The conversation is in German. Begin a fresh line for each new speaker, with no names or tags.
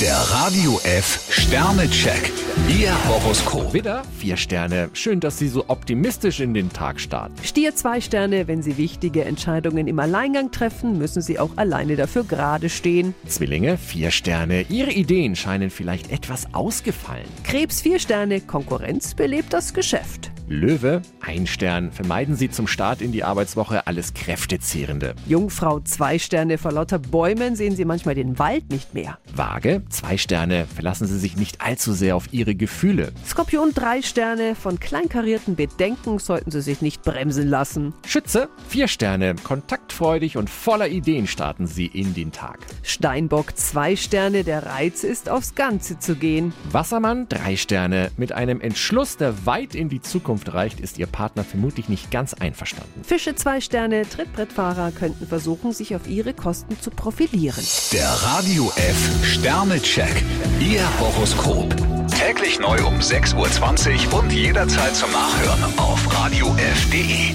Der Radio F Sternecheck. Ihr Horoskop.
Widder, vier Sterne. Schön, dass Sie so optimistisch in den Tag starten.
Stier zwei Sterne, wenn Sie wichtige Entscheidungen im Alleingang treffen, müssen Sie auch alleine dafür gerade stehen.
Zwillinge, vier Sterne. Ihre Ideen scheinen vielleicht etwas ausgefallen.
Krebs vier Sterne, Konkurrenz belebt das Geschäft.
Löwe, ein Stern. Vermeiden Sie zum Start in die Arbeitswoche alles Kräftezehrende.
Jungfrau zwei Sterne, vor lauter Bäumen sehen Sie manchmal den Wald nicht mehr.
Waage, zwei Sterne. Verlassen Sie sich nicht allzu sehr auf Ihre Gefühle.
Skorpion drei Sterne, von kleinkarierten Bedenken sollten Sie sich nicht bremsen lassen.
Schütze, vier Sterne. Kontaktfreudig und voller Ideen starten Sie in den Tag.
Steinbock zwei Sterne, der Reiz ist aufs Ganze zu gehen.
Wassermann, drei Sterne. Mit einem Entschluss, der weit in die Zukunft reicht, ist Ihr Partner vermutlich nicht ganz einverstanden.
Fische zwei Sterne, Trittbrettfahrer könnten versuchen, sich auf ihre Kosten zu profilieren.
Der Radio F Sternecheck. Ihr Horoskop. Täglich neu um 6.20 Uhr und jederzeit zum Nachhören auf Radio E. radiof.de.